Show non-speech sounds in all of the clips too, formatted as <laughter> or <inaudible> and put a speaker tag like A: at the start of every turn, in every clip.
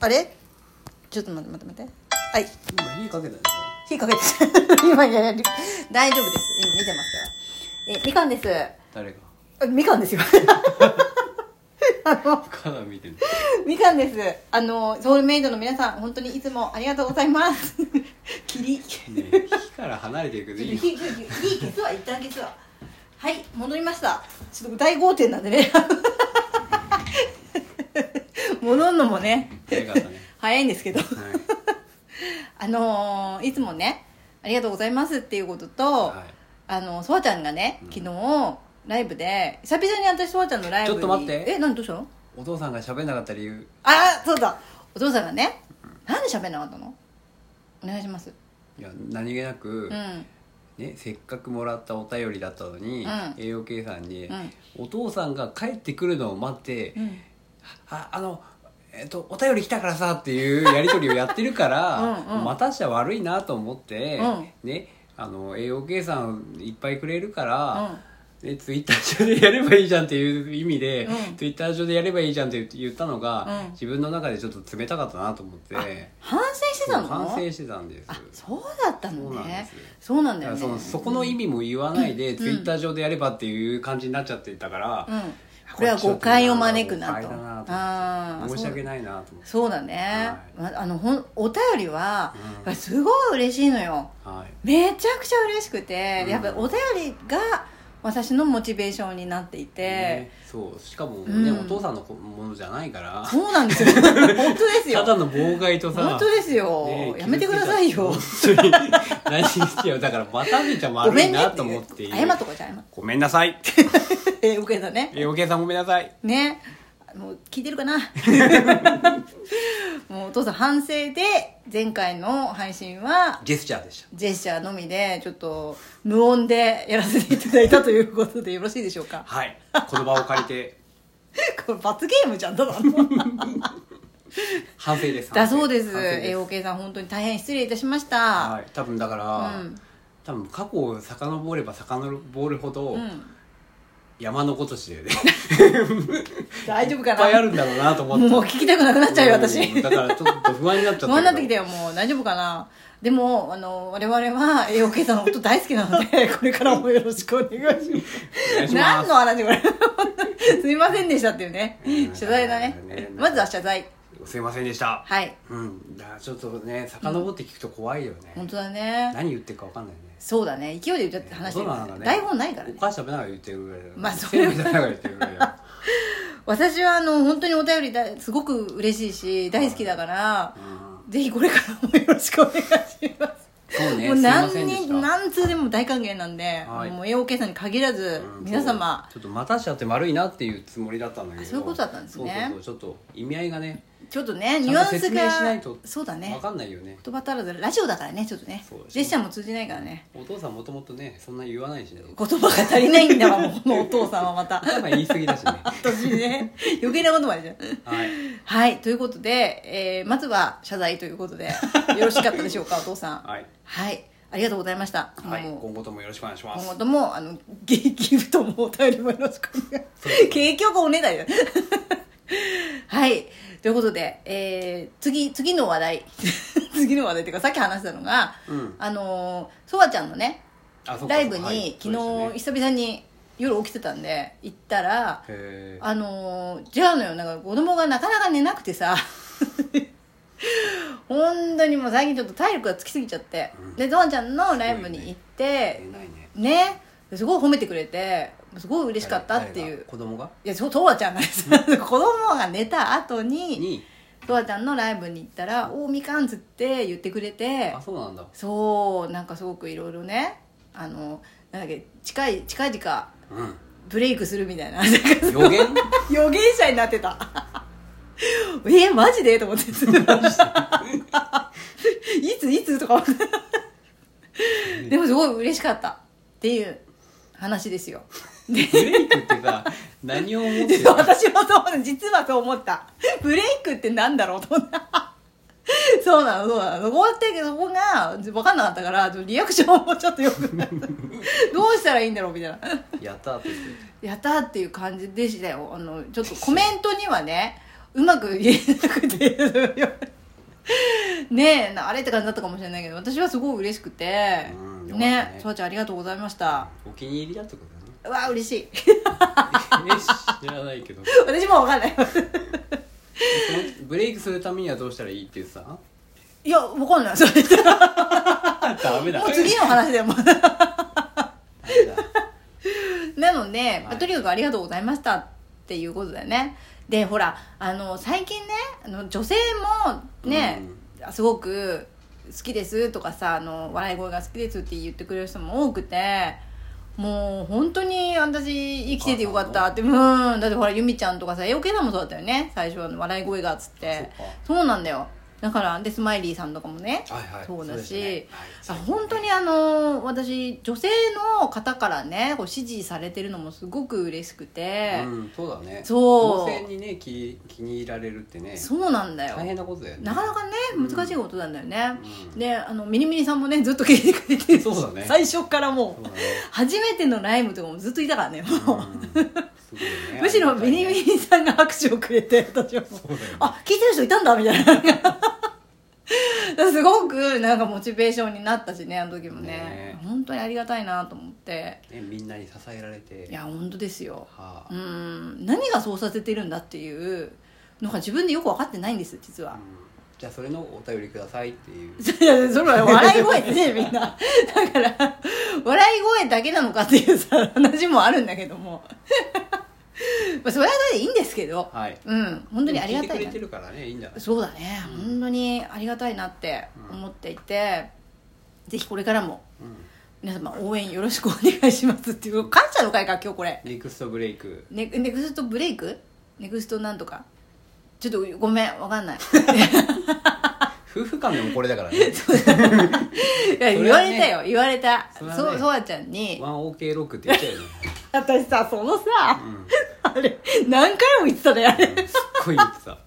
A: あれちょっと待って待って待ってはい
B: 今火かけたでし
A: 火かけて今ややる <laughs> 大丈夫です今見てますからえみかんです
B: ょ誰が
A: あみかんですよ <laughs> あの
B: から見てる
A: みかんですあのソウルメイドの皆さん本当にいつもありがとうございます <laughs> 霧
B: ねえ火から離れていくでいい
A: 火
B: よ
A: 火火火消すわ一旦消すわはい戻りましたちょっと大豪邸なんでね <laughs> 戻んのもね
B: 早かったね
A: 早いんですけど
B: はい
A: あのーいつもねありがとうございますっていうことと、
B: は
A: あのそわちゃんがね
B: うん
A: 昨日ライブで久々に私そわちゃんのライブに
B: ちょっと待って
A: え何どうしたの
B: いお父さんが喋んなかった理由
A: ああそうだお父さんがねなんで喋んなかったのお願いします
B: いや何気なく
A: う、ん
B: ね、せっかくもらったお便りだったのに、
A: うん
B: 栄養計算に、
A: うん
B: お父さんが帰ってくるのを待って、
A: うん
B: ああのえっと、お便り来たからさっていうやり取りをやってるから
A: <laughs> うんうん
B: 待たしちゃ悪いなと思って、
A: うん
B: ね、あの栄養計算いっぱいくれるか
A: う
B: ら、
A: ん
B: でツイッター上でやればいいじゃんっていう意味で、
A: うん
B: ツイッター上でやればいいじゃんって言ったのが、
A: うん
B: 自分の中でちょっと冷たかったなと思って
A: あ反省してたの
B: 反省してたんです
A: あそうだったの
B: そうなんで
A: ね
B: す
A: そうなん
B: だ
A: だ
B: か
A: よ
B: ら
A: ね
B: そのそこの意味も言わないで、
A: ん
B: ツイッター上でやればっていう感じになっちゃってたから、
A: うんこれは誤解を招くな
B: 誤
A: と
B: 解だなと
A: あ
B: 思っ
A: ー
B: て申し訳
A: そう
B: ないなと思って
A: そうだね、まあのほんお便りは
B: うん
A: やっぱりすごい嬉しいのよ
B: はい
A: めちゃくちゃ嬉しくて、
B: うん
A: やっぱりお便りが私のモチベーションになっていて、
B: ねそうしかもね、
A: うん
B: お父さんのものじゃないから
A: そうなん
B: <laughs>
A: ですよ本当です
B: た
A: よ
B: だの妨害とさ
A: 本当ですよ、
B: ねえ
A: やめてくださいよ
B: 気づいた本当に何してよだからまためちゃ
A: ご
B: 悪
A: め
B: い
A: んね
B: な
A: っ
B: と
A: ていう
B: 思って
A: 謝っとこうじゃあ謝っ
B: ごめんなさい <laughs>
A: て <laughs> え OK だね
B: えおけさんごめんなさい
A: ねもう聞いてるか
B: <laughs>
A: なもうお父さん反省で前回の配信は
B: ジェスチャーでし
A: ジェスチャーのみでちょっと無音でやらせていただいたということでよろしいでしょうか <laughs>
B: たはいこの場を借りて
A: これ罰ゲームじゃんただの
B: 反省です
A: だそうで
B: 反
A: す
B: 省です
A: AOK さん本当に大変失礼いたしました、
B: はい多分だから、
A: うん
B: 多分過去を遡れば遡るほど、
A: うん、
B: 山のことしでね
A: 大丈夫
B: い
A: か
B: っぱいあ
A: な
B: るんだろうなと思って
A: もう聞きたくなくなっちゃうよ
B: <laughs>
A: 私
B: うんだからちょっと不安になっちゃったけど
A: 不安になってきたよもう大丈夫かなでもあの我々は AOK さんのこと大好きなの
B: <laughs>
A: でこれからもよろしくお願いします
B: お願いしま
A: 何
B: す
A: の話これ <laughs> すいませんでしたっていうね
B: うん
A: 謝罪だね
B: ね
A: まずは謝罪
B: すいませんでした
A: はい
B: うんだからちょっとね遡って聞くと怖いよね、
A: 本当だね
B: 何言ってるか分かんないね
A: そうだね勢いで言っちゃって話してる
B: 大人なんかね
A: 台本ないからね
B: お菓子食べながら言ってるぐらいだよ
A: まあそれは
B: テレビ見ながら言ってるぐらいだよ
A: 私はあの本当にお便りだすごく嬉しいし大好きだから、
B: う
A: ぜひこれからもよろしくお願いします。
B: そうね
A: もう
B: すいま
A: 何
B: せんでし
A: 人
B: た
A: 何通でも大歓迎なんで、
B: はい
A: もう AOK さんに限らず、
B: うん
A: 皆様
B: そうちょっと待たしちゃって悪いなっていうつもりだったんだけど
A: あそういうことだったんですね
B: そうそうそうちょっと意味合いがね
A: ちょっとね
B: ち
A: ニュ
B: ゃんと
A: アンス
B: 説明しない
A: が
B: と
A: そうだね
B: 分かんないよね
A: 言葉足らずラジオだからねちょっとね
B: そうです
A: ジェスチャーも通じないからね
B: お父さんもともとねそんな言わないしね
A: 言葉が足りないんだわもうこのお父さんはま
B: <laughs>
A: た
B: まあ言い過ぎ
A: <laughs>
B: だしね
A: 私ね余計なことまでじゃん
B: はい
A: はいということで、えーまずは謝罪ということでよろしかったでしょうかお父さん
B: <laughs> はい、
A: はい、ありがとうございました。
B: はい、
A: もう
B: 今後ともよろしくお願いしま
A: 今
B: す
A: 後とも、あの、ギギフトもお便りもよろしくお願い結局おねだりだ。はい。ということで、えー、次、次の話題。 <laughs> 次の話題っていうか、さっき話したのが、
B: うん
A: あのー、そばちゃんのね、
B: あそうか
A: ライブに、
B: はい
A: 昨日、
B: そうでし
A: 久々に夜起きてたんで、行ったら、
B: たねへ
A: あのー、違うのよなんか子供がなかなか寝なくてさ <laughs> 本当にもう最近ちょっと体力がつきすぎちゃって、
B: うん
A: でゾワちゃんのライブに行って
B: え寝ないね
A: ねすごい褒めてくれてすごい嬉しかったって
B: 誰
A: い
B: が
A: う
B: 子供が
A: いやそうゾワちゃんがです <laughs> 子供が寝た後に
B: に
A: ゾワちゃんのライブに行ったら「おおみかん」っつって言ってくれて
B: あそうなんだ
A: そうなんかすごくいろいろねあのなんだっけ近い近々
B: う
A: ブレイクするみたいな <laughs>
B: ん予言
A: 予言者になってた <laughs> えマジでと思っていつ <laughs> いつとか思ってでもすごい嬉しかったっていう話ですよで
B: ブレイクってさ何を思ってる
A: <laughs> 私もそう実はそう思ったブレイクってなんだろうと思った <laughs> そうなのそうなのそこだったけどそこが分かんなかったからちょっとリアクションもちょっとよくなった <laughs> どうしたらいいんだろうみたいな
B: やったーって言って
A: やったーっていう感じでしたよあのちょっとコメントにはねうまく言えなくて <laughs> ねえなあれって感じだったかもしれないけど私はすごい嬉しくて
B: うんよかったね
A: ねえちわちゃんありがとうございました
B: お気に入りだってことだね
A: うわ嬉しい <laughs>
B: 知らないけど
A: 私もわかんない
B: ブレイクするためにはどうしたらいいっていうさ
A: いやわかんないそれ
B: ダメだ
A: もう次の話でもう
B: ダメだ
A: <laughs> なので、まあとにかくありがとうございましたっていうことだよねでほらあの最近ねあの女性もね、すごく好きですとかさあの笑い声が好きですって言ってくれる人も多くてもう本当に私生きててよかったってうんだってほら由美ちゃんとかさ AOK さんもそうだったよね最初はあの笑い声がっつって
B: そうか
A: そうなんだよだからでスマイリーさんとかもね
B: はいはい
A: そうだし
B: そうでした
A: あ
B: ねはい
A: 本当にあの私女性の方からねこう支持されてるのもすごく嬉しくて、
B: うんそうだね
A: そう
B: 女性にね気気に入られるってね
A: そうなんだよ
B: 大変なことだよね
A: なかなかね
B: うん
A: 難しいことなんだよね、
B: うん
A: であのミニミニさんもねずっと聞いてくれてるし
B: そうだね
A: 最初からも
B: そううだね
A: 初めてのライブとかもずっといたからね
B: う
A: もう、
B: んすごい
A: <laughs>
B: ね
A: むしろ
B: ありがた
A: ミ
B: いね
A: ニミニさんが拍手をくれて私はもう
B: そうだよね
A: あ聞いてる人いたんだみたいな <laughs> だからすごくなんかモチベーションになったしねあの時もね
B: ね
A: 本当にありがたいなと思って
B: ねみんなに支えられて
A: いや本当ですよ
B: は
A: う
B: あ
A: ん何がそうさせてるんだっていうのが自分でよく分かってないんです実は
B: う、んじゃあそれのお便りくださいっていう
A: いやそれは笑い声でねみんなだから笑い声だけなのかっていうさ話もあるんだけどもまあそれはそれでいいんですけど
B: はい
A: うん本当にありがた
B: 聞
A: い
B: いてくれ
A: な
B: てるからねいいんじゃない
A: そうだね本当にありがたいなって思っていて、ぜひこれからも
B: うん
A: 皆様応援よろしくお願いしますっていう感謝の会か今日これ
B: ネクストブレイク
A: ネネクストブレイクネクストなんとかちょっとごめんわ <laughs> かんない
B: 夫婦間でもこれだか
A: <laughs>
B: らね
A: いや
B: そ
A: 言
B: れ
A: わ
B: は
A: れ
B: ね
A: たよ言われた
B: それはね
A: そうそわちゃんに
B: 1OK6 って言っちゃうよね、
A: 私さそのさ、
B: うん、
A: あれ何回も言ってたねあれ
B: すっごい言ってた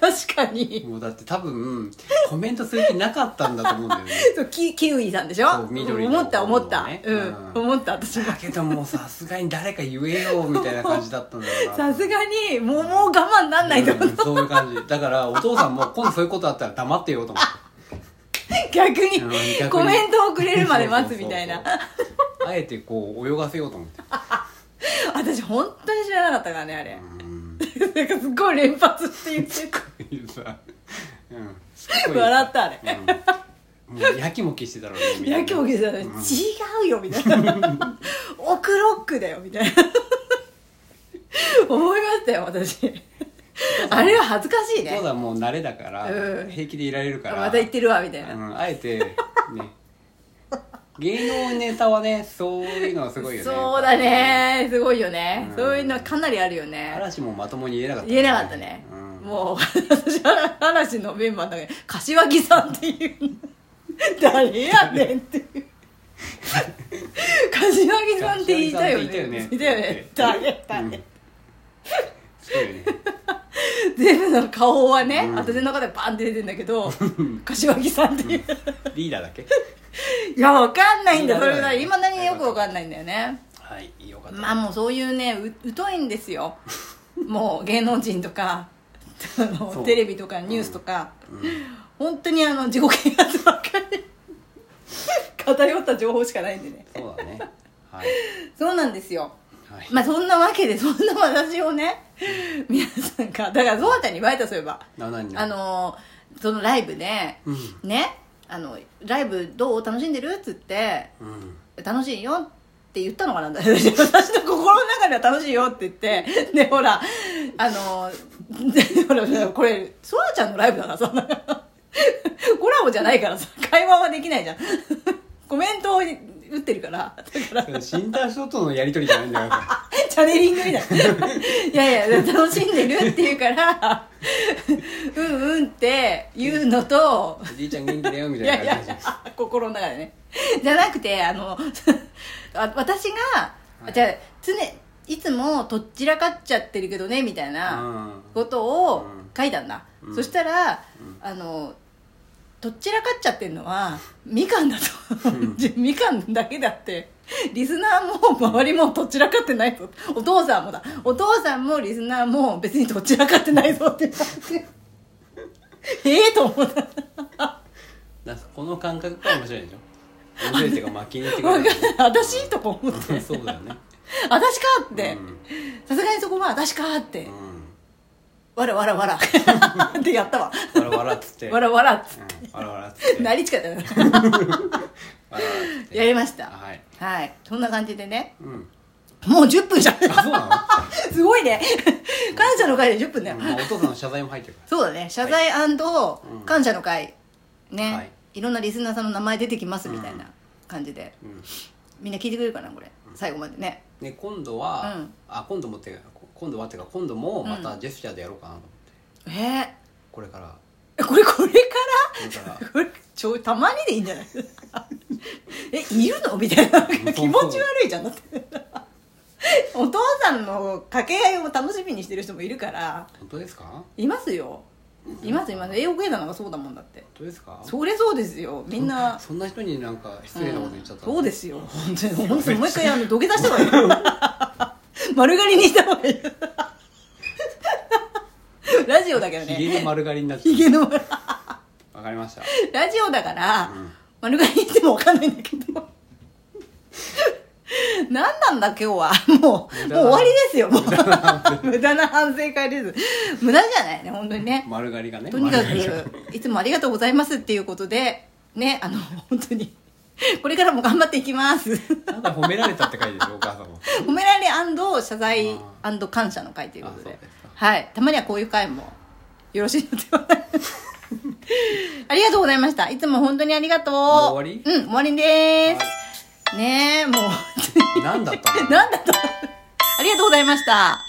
A: 確かに
B: もうだって多分コメントする気なかったんだと思うんだよね
A: そうキキウイさんでし
B: そ
A: ょ
B: う緑の
A: 思った思った、
B: ね
A: うん、
B: うん
A: 思った私も
B: だけどもうさすがに誰か言えよみたいな感じだったんだろうな
A: さすがにもうもう我慢なんないと思っ
B: うんそういう感じだからお父さんも今度そういうことあったら黙ってよと思って
A: て逆に
B: うん逆
A: <laughs>
B: に
A: コメントをくれるまで待つみたいな
B: そうそうそうあえてこう泳がせようと思って
A: 私本当に知らなかったからねあれ
B: う、ん
A: <laughs> なんかすっごい連発して言ってた
B: さう
A: <laughs>
B: ん
A: 笑ったあれ
B: うんもうやきもきしてたろうねみんな
A: やきもきじゃない、
B: うん
A: 違うよみたい
B: <laughs>
A: なオクロックだよみたいな思いましたよ私あれは恥ずかしいね
B: そうだもう慣れだから、
A: うん
B: 平気でいられるから
A: また言ってるわみたいな、
B: うん、あえてね芸能ネタはねそういうのはすごいよね
A: そうだねすごいよね、
B: うん
A: そういうのはかなりあるよね
B: 嵐もまともに言えなかった、
A: 言えなかったね、
B: うん
A: もう私は嵐のメンバーの中に柏木さんっていうの誰やねんっていう
B: <laughs>
A: 柏木さんって言いたよね
B: 柏木さんって
A: い
B: い
A: た
B: た
A: よ
B: よ
A: ね
B: ね
A: 誰誰、
B: うんそうよね
A: 全部の顔はね、
B: うん
A: 私の中でバンって出てんだけど柏木さんっていう、
B: リーダーだけ
A: いやわかんないんだそれが
B: い
A: い
B: や
A: まだによくわかんないんだよね
B: はいよかった、
A: まあもうそういうねう疎いんですよもう芸能人とかあ
B: そ
A: の
B: う
A: テレビとかニュースとか、
B: うん
A: 本当にあの自己啓発ばっかり偏った情報しかないんでね
B: そうだねはい、
A: そうなんですよ
B: はい、
A: まあそんなわけでそんな私をね皆さんがだからゾワちゃんに言われたそういえば
B: な何々
A: あのそのライブで、
B: うん
A: ねあのライブどう楽しんでるっつって
B: うん
A: 楽しいよって言ったのかな <laughs> 私の心の中では楽しいよって言って <laughs> でほらあの <laughs> ほらこれそらちゃんのライブだからさ <laughs> コラボじゃないからさ会話はできないじゃん <laughs> コメントを打ってるからだから <laughs>
B: 診断書とのやり取りじゃないんだよ
A: チャネリングみたいな <laughs> いやいや楽しんでるって言うから <laughs> うんうんって言うのと
B: <laughs> おじいちゃん元気だよみ
A: い
B: たい
A: や
B: ない感
A: や
B: じ
A: いや心の中でね <laughs> じゃなくてあの <laughs> あ私が、
B: はい
A: じゃあ常いつもとっちらかっちゃってるけどねみたいなことを
B: うん
A: 書いたんだ、
B: うん
A: そしたら、
B: うん
A: あの <laughs> とっちらかっちゃってるのはみかんだとみかんだけだってリスナーも周りもどちらかってないぞお父さんもだお父さんもリスナーも別にどちらかってないぞって言
B: <laughs>
A: われてええと思った
B: なんかこの感覚が面白いでしょ面白いっていうかまあ気に入ってく
A: わ
B: れ
A: かんない私とか思って
B: るそうだ
A: <laughs>
B: よね
A: 私かっ
B: う
A: て
B: ん
A: さすがにそこは私かって
B: う
A: わらわらわ
B: <laughs>
A: らってやったわ
B: んわらわらっつって
A: わらわらっつ
B: うんわらわらっつって
A: なりちかったね
B: わらわらっつって
A: やりました
B: はい
A: はいそんな感じでね
B: うん
A: もう10分じゃん
B: あそうなの、
A: <laughs> すごいね感謝の会で10分だよ、
B: うんまあ、お父さんの謝罪も入ってるか
A: そうだね謝罪
B: うん
A: 感謝の会ね、
B: はい
A: い、ろんなリスナーさんの名前出てきますみたいな感じで、
B: ら、うん
A: みんな聞いてくれるかなこれ最後までね
B: ね、今度は、
A: うん
B: あ今度もって今度はっていうか今度もまたジェスチャーでやろうかなと思って、
A: えー、
B: これから
A: えこれこれか
B: これから
A: らこれちょたまにでいいんじゃない <laughs> えいるのみたいな
B: そう
A: 気持ち悪いじゃんだってお父さんの掛け合いを楽しみにしてる人もいるから
B: 本当ですか本
A: いますよいますいます英語圏なんかそうだもんだって
B: 当ですか
A: それそうですよみんな
B: そんな人になんか失礼なこと言っちゃった、
A: うんそうですよ本当に本当にもう一回あの土下座した方がいい丸刈りにした方
B: <laughs>
A: がいいラジオだけど
B: ひげ
A: ね
B: の丸刈りになっちゃ
A: ひ
B: っ
A: げの丸
B: たわかりました
A: <laughs> ラジオだから、
B: うん
A: 丸刈りにしても分かんないんだけど <laughs> 何なんだ今日はもう
B: 無駄
A: も
B: な
A: う終わりですよもう無駄な反省会です無駄じゃないね本当にね
B: 丸刈りがね
A: とにか
B: 丸刈りが
A: くいつもありがとうございますっていうことでねあの本当にこれからも頑張っていきます
B: なんか褒められたって書いてるお母さんも
A: 褒められ謝罪
B: あ
A: 感謝の会ということで
B: あそうですか
A: はい、たまにはこういう会もよろしいのではない <laughs> ありがとうございましたいつも本当にありがとう
B: もう終わり
A: うん終わりです、ねえもう <laughs>
B: 何だったの
A: なんだとありがとうございました